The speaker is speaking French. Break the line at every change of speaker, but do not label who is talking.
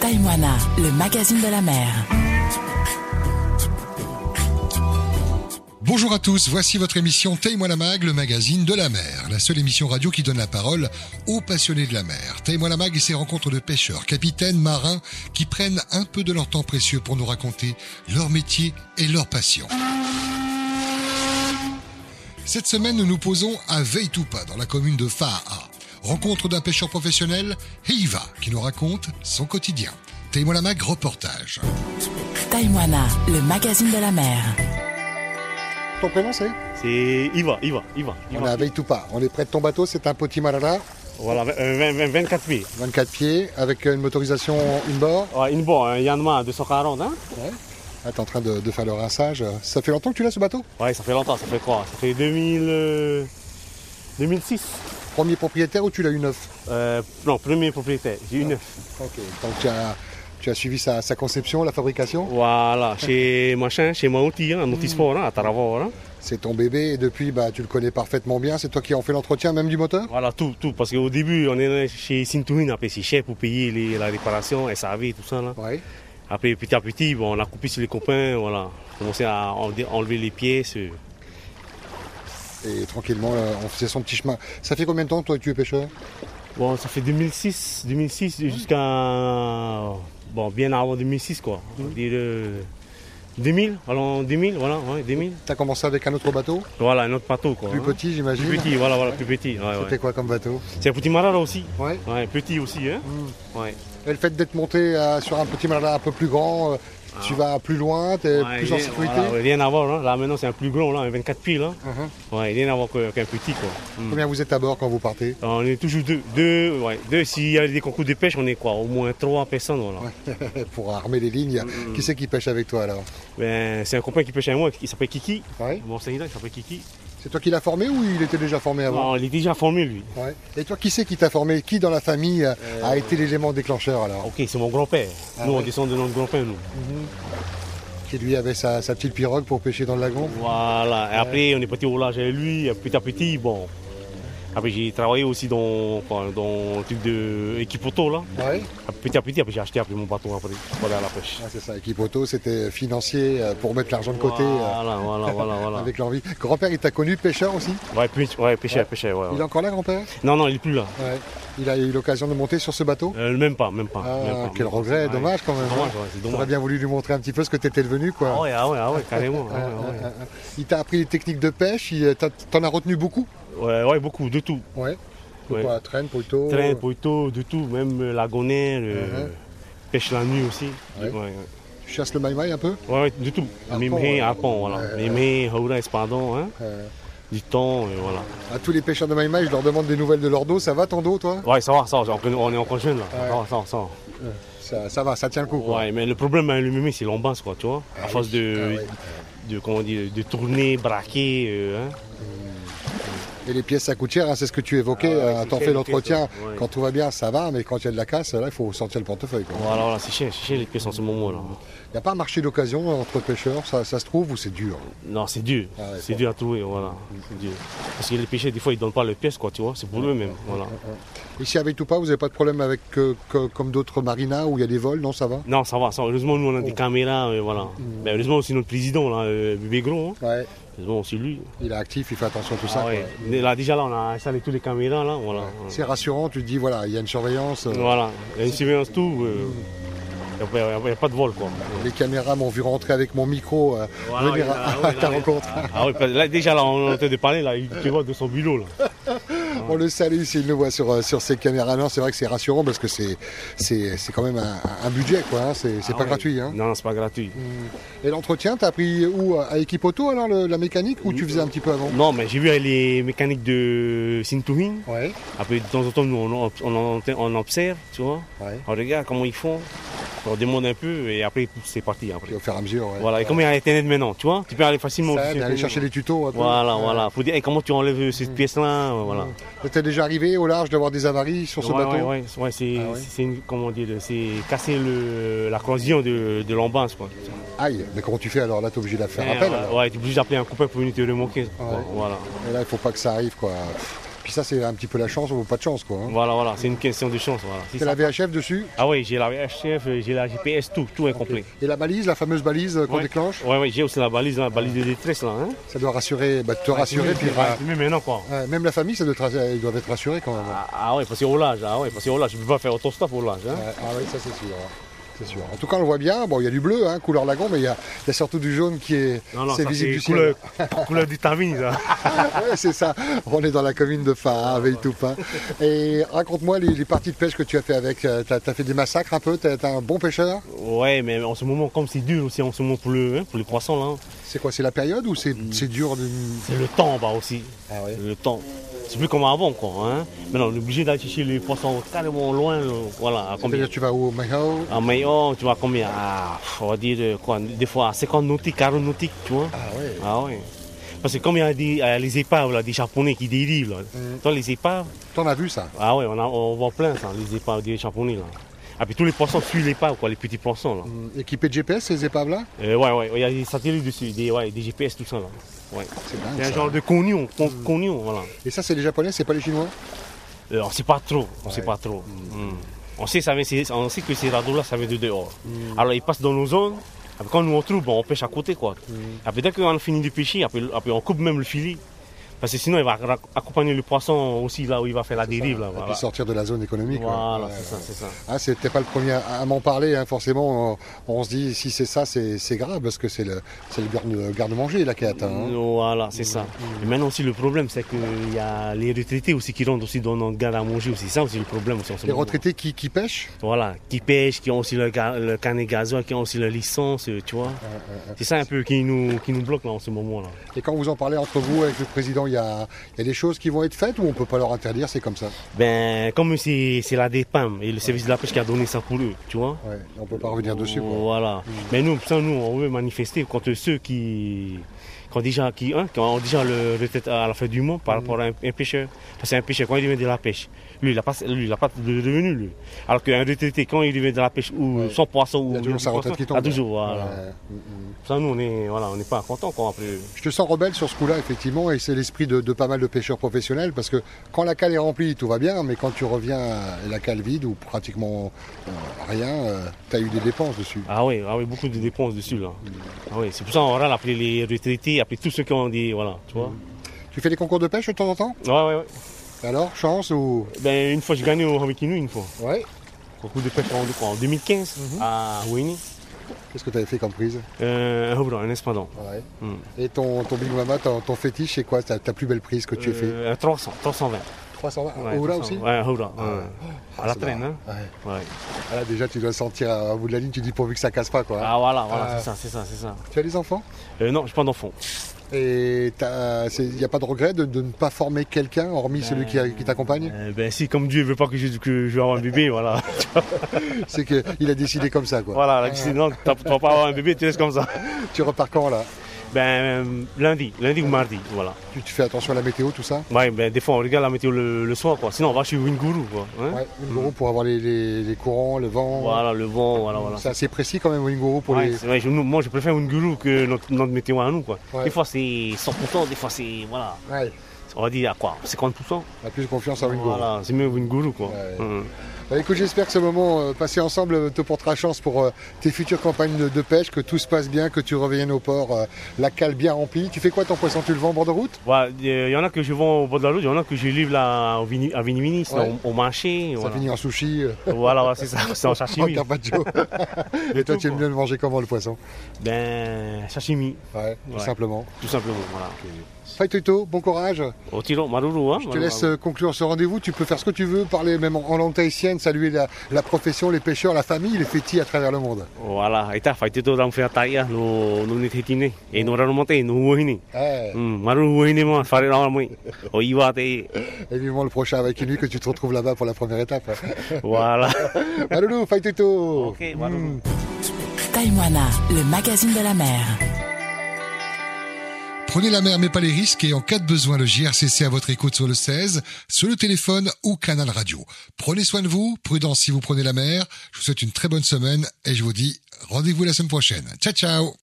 Taïwana, le magazine de la mer.
Bonjour à tous, voici votre émission Taille-moi la mag, le magazine de la mer, la seule émission radio qui donne la parole aux passionnés de la mer. Taille-moi la mag et ses rencontres de pêcheurs, capitaines, marins qui prennent un peu de leur temps précieux pour nous raconter leur métier et leur passion. Cette semaine, nous nous posons à Veitupa, dans la commune de Fa'a. Rencontre d'un pêcheur professionnel, Heiva, qui nous raconte son quotidien. Taïmola Mag reportage.
Taïwana, le magazine de la mer.
Ton prénom c'est
C'est Iva, Iva, Iva.
On est à Veitupa. On est près de ton bateau, c'est un petit malala,
Voilà, euh, 20, 20, 24 pieds.
24 pieds, avec une motorisation inboard.
Ouais, une hein, bonne, un Yanma 240. Hein
Ah, t'es en train de, de faire le rinçage. Ça fait longtemps que tu l'as ce bateau
ouais, ça fait longtemps, ça fait quoi Ça fait 2000, euh, 2006.
Premier propriétaire ou tu l'as eu neuf
Euh, non, premier propriétaire, j'ai eu neuf.
Ok. Donc tu as, tu as suivi sa, sa conception, la fabrication
Voilà, chez machin, chez Mauti, hein, Multisport, hein, à Taravor. hein.
C'est ton bébé et depuis bah, tu le connais parfaitement bien. C'est toi qui en fais l'entretien même du moteur
Voilà, tout, tout. Parce qu'au début, on est chez Sintuin, après c'est cher pour payer les- la réparation, SAV, tout ça. Là.
Oui.
Après, petit à petit, bon, on a coupé sur les copains, voilà. On a commencé à enlever- enlever les pièces. euh.
Et tranquillement, euh, on faisait son petit chemin. Ça fait combien de temps toi que tu es pêcheur
Bon, ça fait 2006, 2006 jusqu'à. Bon, bien avant 2006, quoi. On va dire. euh, 2000, allons 2000, voilà, ouais, 2000.
T'as commencé avec un autre bateau
Voilà, un autre bateau, quoi.
Plus
hein.
petit j'imagine
Plus petit, voilà, voilà, plus petit. ouais,
C'était
ouais.
quoi comme bateau
C'est un petit marara aussi.
Ouais. Mm.
Ouais, petit aussi, hein. Ouais.
Et le fait d'être monté à- sur un petit malala un peu plus grand, euh, tu vas plus loin, tu es
Ah. Ouais,
plus
rien-
en sécurité
voilà, ouais, rien à voir, hein. là maintenant c'est un plus grand, là, un 24 pieds, là.
Mhm.
Ouais, rien à voir que- qu'un petit, quoi. Mm.
Combien vous êtes à bord quand vous partez
Alors, on est toujours deux, deux, ouais, deux. S'il y a des concours de pêche, on est quoi, au moins trois personnes, voilà.
Pour armer les lignes,
Mm.
qui c'est qui pêche avec toi alors
Ben, c'est un copain qui pêche avec moi, qui s'appelle Kiki.
Ouais.
Bon, c'est là, il s'appelle Kiki.
C'est toi qui l'as formé ou il était déjà formé avant
Non, il est déjà formé lui.
Ouais. Et toi, qui c'est qui t'a formé Qui dans la famille euh, a été l'élément déclencheur alors
Ok, c'est mon grand-père.
Ah
nous, on
ouais.
descend de notre grand-père, nous.
Qui lui avait sa, sa petite pirogue pour pêcher dans le lagon
Voilà. Et après, on est parti au large avec lui, et petit à petit, bon. Après, j'ai travaillé aussi dans, enfin, dans le truc de équipe auto, là.
Ouais.
Petit à petit, après, j'ai acheté après mon bateau après, pour aller à la pêche.
Ah, c'est ça, équipe auto, c'était financier euh, pour mettre l'argent de côté euh,
Voilà, voilà, voilà, voilà.
avec l'envie. Grand-père, il t'a connu pêcheur aussi
Ouais, pêche, ouais, pêcher, pêcher, Ah ouais, ouais.
Il est encore là, grand-père
Non, non, il est plus là.
Ouais. Il a eu l'occasion de monter sur ce bateau
Euh, même pas, même pas.
Ah,
même pas,
quel
même pas.
regret,
Ouais.
dommage quand même.
Dommage,
hein.
ouais, c'est
T'aurais
dommage.
bien voulu lui montrer un petit peu ce que t'étais devenu, quoi.
Ah ouais, ah ouais, ah ouais, carrément. ah ouais, ah
Il t'a appris les techniques de pêche, il- euh, t'as- t'en as retenu beaucoup
ouais. ouais, ouais, beaucoup, de tout.
Ouais.
Ouais.
Quoi, traîne, poteau euh,
Train, poteau, de tout, même euh, lagonnaire, euh,
Mhm.
pêche la nuit aussi.
Ouais.
Ouais, ouais.
Tu chasses le maïmaï un peu
Ouais, ouais, du tout.
Harpon, ouais.
Mémé, harpon,
Ouais,
voilà.
ouais.
Mémé, haoura, espadon, hein.
Euh,
Du thon, et voilà.
À tous les pêcheurs de maïmaï, je leur demande des nouvelles de leur dos. Ça va ton dos, toi
Ouais, ça va, ça va, on on est encore jeune là.
Ouais.
Ça va, ça va, ça va.
ça, ça va, ça tient le coup, quoi.
Ouais, mais le problème avec le mémé, c'est l'embasse, quoi, tu vois. À force de,
Ah ouais.
de, comment dire, de tourner, braquer, euh, hein.
Et les pièces, ça coûte cher, hein, c'est ce que tu évoquais.
Ah ouais,
euh,
c'est
T'en
cher,
fais
les
l'entretien.
pièces, ouais.
Quand tout va bien, ça va, mais quand il y a de la casse, là, il faut sortir le portefeuille, quoi.
Voilà, voilà, c'est cher, c'est cher les pièces en ce moment là.
Il n'y a pas un marché d'occasion entre pêcheurs, ça, ça se trouve ou c'est dur
Non, c'est dur,
Ah ouais,
c'est
bon.
dur à trouver, voilà. c'est dur. Parce que les pêcheurs, des fois, ils donnent pas leurs pièces, quoi, tu vois. C'est pour eux-mêmes, voilà.
Ici, avec tout pas, vous n'avez pas de problème avec euh, que- comme d'autres marinas où il y a des vols, non, ça va
Non, ça va, ça va. Heureusement, nous, on a
Oh.
des caméras, euh, voilà.
Mm.
Mais heureusement, aussi notre président, là, euh, Bébé Gros, hein.
Ouais.
heureusement, aussi lui.
Il est actif, il fait attention à tout ça.
Ah
quoi.
ouais. Là, déjà, là, on a installé toutes les caméras, là, voilà.
C'est rassurant, tu te dis, voilà, il y a une surveillance. euh,
Voilà, il y a une surveillance, tout. Il n'y a, pas de vol, quoi.
Les caméras m'ont vu rentrer avec mon micro euh,
Voilà,
venir
il
à,
a- ah ouais,
à ta
là, ouais.
rencontre.
Ah ouais, parce que là, déjà, là, on est en train de parler, là, il- tu vois, de son bulot, là. Ah
On le salue s'il nous voit sur, euh, sur ces caméras. Non, c'est vrai que c'est rassurant parce que c'est, c'est, c'est quand même un, un budget, quoi. hein. C'est, c'est
Ah
pas
ouais.
gratuit. Hein.
Non, c'est pas gratuit.
Et l'entretien, t'as appris où euh, À équipe auto, alors, le- la mécanique Ou tu faisais un petit peu avant
Non, mais j'ai vu euh, les mécaniques de Sintohin.
Ouais,
Après, de temps en temps, nous, on, on- on observe, tu vois.
ouais.
On regarde comment ils font. On demande un peu, et après, c'est parti. Après.
Puis au fur et à mesure, ouais.
Voilà, et comme il y a Internet maintenant, tu vois, tu peux aller facilement.
Ça aide à
sur
aller
Internet.
chercher les tutos. un peu.
Voilà,
Ouais. Mm.
voilà. Faut dire, hey, comment tu enlèves cette pièce-là, voilà.
Ça t'est déjà arrivé au large d'avoir des avaries sur ce
Ouais,
bateau
ouais, ouais, ouais, c'est,
Ah ouais.
c'est une- comment dire, c'est casser le, la cloison de, de l'ambiance, quoi. euh,
Aïe, mais comment tu fais alors Là, t'es obligé de la faire appel.
Eh, ouais,
alors. Ah
ouais, t'es obligé d'appeler un copain pour venir te remorquer. quoi.
Ouais.
Voilà.
Et là, il faut pas que ça arrive, quoi. Puis ça, c'est un petit peu la chance ou pas de chance, quoi. hein.
Voilà, voilà, c'est une question de chance. Voilà. C'est
C'est la
ça.
VHF dessus
Ah oui, j'ai la HF, euh, j'ai la GPS, tout, tout est complet.
et la balise, la fameuse balise euh, qu'on
Ouais.
déclenche.
Ouais, ouais, j'ai aussi la balise, la balise de détresse là. Hein
Ça doit rassurer, bah, te rassurer, puis ra-
Mais maintenant quoi.
ouais, même la famille, ça doit être ras- ils doivent être rassurés quand même.
Ah, ah ouais, parce qu'au large, ah ouais, parce qu'au large, je peux pas faire autostop au large. Hein
Ouais, Ah oui, ça c'est sûr. hein. C'est sûr. En tout cas, on le voit bien. Bon, il y a du bleu, hein, couleur lagon, mais il y, a il y a surtout du jaune qui est,
Non, non,
c'est
ça,
visible
c'est
du
couleur,
ciel. Ah,
couleur du tamis. ça.
Ouais, c'est ça. On est dans la commune de Farin, à Veille-Toupin. hein. Et raconte-moi les, les parties de pêche que tu as fait avec. Tu as, fait des massacres un peu Tu as un bon pêcheur
Ouais, mais en ce moment, comme c'est dur aussi en ce moment pour le, hein, pour le croissant, là,
C'est quoi C'est la période ou
Mm.
c'est c'est dur de...
c'est le temps bah, aussi.
Ah ouais.
Le temps. C'est plus comme avant, quoi. Hein. Maintenant, on est obligé d'aller chercher les poissons carrément loin. euh, Voilà, à combien
C'est-à-dire, tu vas au Mahao
Ah, mais oh, tu vois combien Ah, pff, On va dire euh, quoi Des fois à 50 nautiques, 40 nautiques, tu vois.
Ah ouais.
Ah ouais. Parce que comme il y a, des, il y a les épaves, là, des japonais qui dérivent, là.
Mm.
Dans les épaves,
T'en as vu ça
ah ouais, on, a- on voit plein, ça, les épaves des japonais, là. Ah, puis tous les poissons suivent l'épave, quoi, les petits poissons, là.
Équipé de GPS, ces épaves-là
Euh, ouais, ouais, il y a des satellites dessus, des, ouais, des GPS, tout ça, là. Ouais.
C'est dingue,
C'est un
ça.
genre de cognon, con- cognon, voilà.
Et ça, c'est les Japonais, c'est pas les Chinois
Euh, on sait pas trop, on sait
Ouais.
pas trop. Mm. On, sait, ça vient- c'est- on sait que ces radeaux-là, ça vient de dehors.
Mm.
Alors ils passent dans nos zones, après, quand nous on trouve, bon, on pêche à côté. Quoi.
Mm.
Après, dès qu'on a fini de pêcher, après, après, on coupe même le filet. Parce que sinon, il va ra- accompagner le poisson aussi là où il va faire la dérive. Là,
Et
voilà,
puis sortir de la zone économique. ouais.
Voilà,
Ouais,
c'est ça, c'est ça.
Ah, c'était pas le premier à à m'en parler, hein. forcément. On, on se dit, si c'est ça, c'est c'est grave, parce que c'est le, c'est le garde- le garde-manger, la quête.
Mm.
Hein. Mm.
Voilà, c'est ça. Et maintenant aussi, le problème, c'est qu'il y a les retraités aussi qui rentrent aussi dans notre garde à manger aussi. Ça aussi, le problème aussi. en ce
Les
moment.
retraités qui, qui pêchent
Voilà, qui pêchent, qui ont aussi le, ga- le carnet gasoil, qui ont aussi la licence, euh, tu vois. C'est ça un peu qui nous, qui nous bloque là en ce moment là.
Et quand vous en parlez entre vous avec le président, il y a, il y a des choses qui vont être faites ou on peut pas leur interdire, c'est comme ça.
Ben, comme c'est c'est la E DPAM et le service de la pêche qui a donné ça pour eux, tu vois.
Ouais, on peut pas revenir dessus. Quoi.
Voilà. Mais nous, ça, nous, on veut manifester contre ceux qui, qui ont déjà, qui, hein, qui ont déjà le, le tête à la fin du monde
Hmm.
par rapport à un, un pêcheur. Parce qu'un pêcheur, quand il revient de la pêche, lui, il n'a pas, lui, il a pas de revenu, lui. Alors qu'un retraité, quand il revient de la pêche, ou sans poisson, ou
Il y a toujours sa retraite qui tombe.
Ah, toujours, voilà.
Ouais.
Ça, nous, on est, voilà, on n'est pas content quand après.
Je te sens rebelle sur ce coup-là, effectivement, et c'est l'esprit de, de pas mal de pêcheurs professionnels, parce que quand la cale est remplie, tout va bien, mais quand tu reviens à la cale vide ou pratiquement euh, rien, tu as eu des dépenses dessus.
Ah oui, ah oui, beaucoup de dépenses dessus là.
Hmm.
Ah oui, c'est pour ça qu'on râle après les retraités, après tous ceux qui ont des. Voilà, tu vois.
Tu fais des concours de pêche de temps en temps
Ouais, ouais, ouais.
Alors, chance ou...
Ben, une fois, j'ai gagné au Hamikinu, une fois.
Ouais.
Concours de pêche en, quoi, en 2015
Mhm.
à Wini.
Qu'est-ce que tu avais fait comme prise
Euh, un hobro, un espadon.
Ouais.
Hmm.
Et ton, ton Big Mama, ton, ton fétiche, c'est quoi ta, ta plus belle prise que tu as fait
Euh, un 300, 320.
320
Ouais,
Oh là
300.
aussi Ah,
Ouais, un hobro, ouais. À la
ça
traîne,
doit-
hein
Ouais.
Ouais.
Ah là, déjà, tu dois sentir à, à bout de la ligne, tu dis pourvu que ça casse pas, quoi.
Ah voilà, voilà,
Ah.
c'est ça, c'est ça, c'est ça.
Tu as des enfants
Euh, non, j'ai pas d'enfant.
Et il n'y a pas de regret de, de ne pas former quelqu'un, hormis celui qui, a- qui t'accompagne
Euh, ben si, comme Dieu veut pas que je, que je vais avoir un bébé, voilà.
C'est qu'il a décidé comme ça, quoi.
voilà, là, sinon, t'as- tu vas pas avoir un bébé, tu laisses comme ça.
Tu repars quand, là
Ben, euh, lundi, lundi ou mardi, voilà.
tu, tu fais attention à la météo, tout ça
Ouais, ben, des fois on regarde la météo le, le soir, quoi. Sinon on va chez Winguru, quoi. hein.
Ouais, Winguru pour avoir les, les- les courants, le vent.
Voilà, le vent, voilà, voilà.
C'est assez précis quand même, Winguru, pour
Ouais,
les...
c'est vrai, je- nous- moi je préfère Winguru que notre, notre météo à nous, quoi.
Ouais.
Des fois c'est 100%, des fois c'est, voilà,
Ouais,
on va dire à quoi 50%
on a plus confiance à Winguru.
Voilà, c'est mieux Winguru, quoi.
Ouais.
Hum.
Bah, écoute, j'espère que ce moment euh, passé ensemble euh, te portera chance pour euh, tes futures campagnes de, de pêche, que tout se passe bien, que tu reviennes au port, euh, la cale bien remplie. Tu fais quoi ton poisson Tu le vends en bord de route
Voilà, Bah, Il y en a que je vends au bord de la route, il y en a que je livre là, au Vini- à Vinivinis, là,
Ouais.
au, au marché.
Ça
Voilà,
finit en sushi, euh,
voilà, voilà, c'est Oh, ça, c'est en
en
sashimi.
carpaccio.
De
Et toi,
tout,
tu aimes
quoi.
bien le manger comment le poisson
Ben, sashimi,
Ouais, tout
Ouais.
simplement.
tout simplement, voilà.
Fai Tuto, bon courage.
Au tiro, maruru, hein
Je te
maruru,
laisse
ah,
euh, conclure ce rendez-vous. Tu peux faire ce que tu veux, parler même en en langue tahitienne, saluer la, la profession, les pêcheurs, la famille, les fétis à travers le monde.
Voilà, ahí está, falté todo la fea talla, no no ni te tiene, y no era no mate, no hubo ni.
Ouais.
Mm. Maru hubo ni más, fare la muy. O iba te.
Et vivement le prochain avec une nuit que tu te retrouves là-bas pour la première étape.
Voilà.
Maloulou, Fai Tuto
Ok, maru.
Taïwana, le magazine de la mer.
Prenez la mer mais pas les risques et en cas de besoin, le JRCC à votre écoute sur le 16, sur le téléphone ou canal radio. Prenez soin de vous, prudence si vous prenez la mer. Je vous souhaite une très bonne semaine et je vous dis rendez-vous la semaine prochaine. Ciao ciao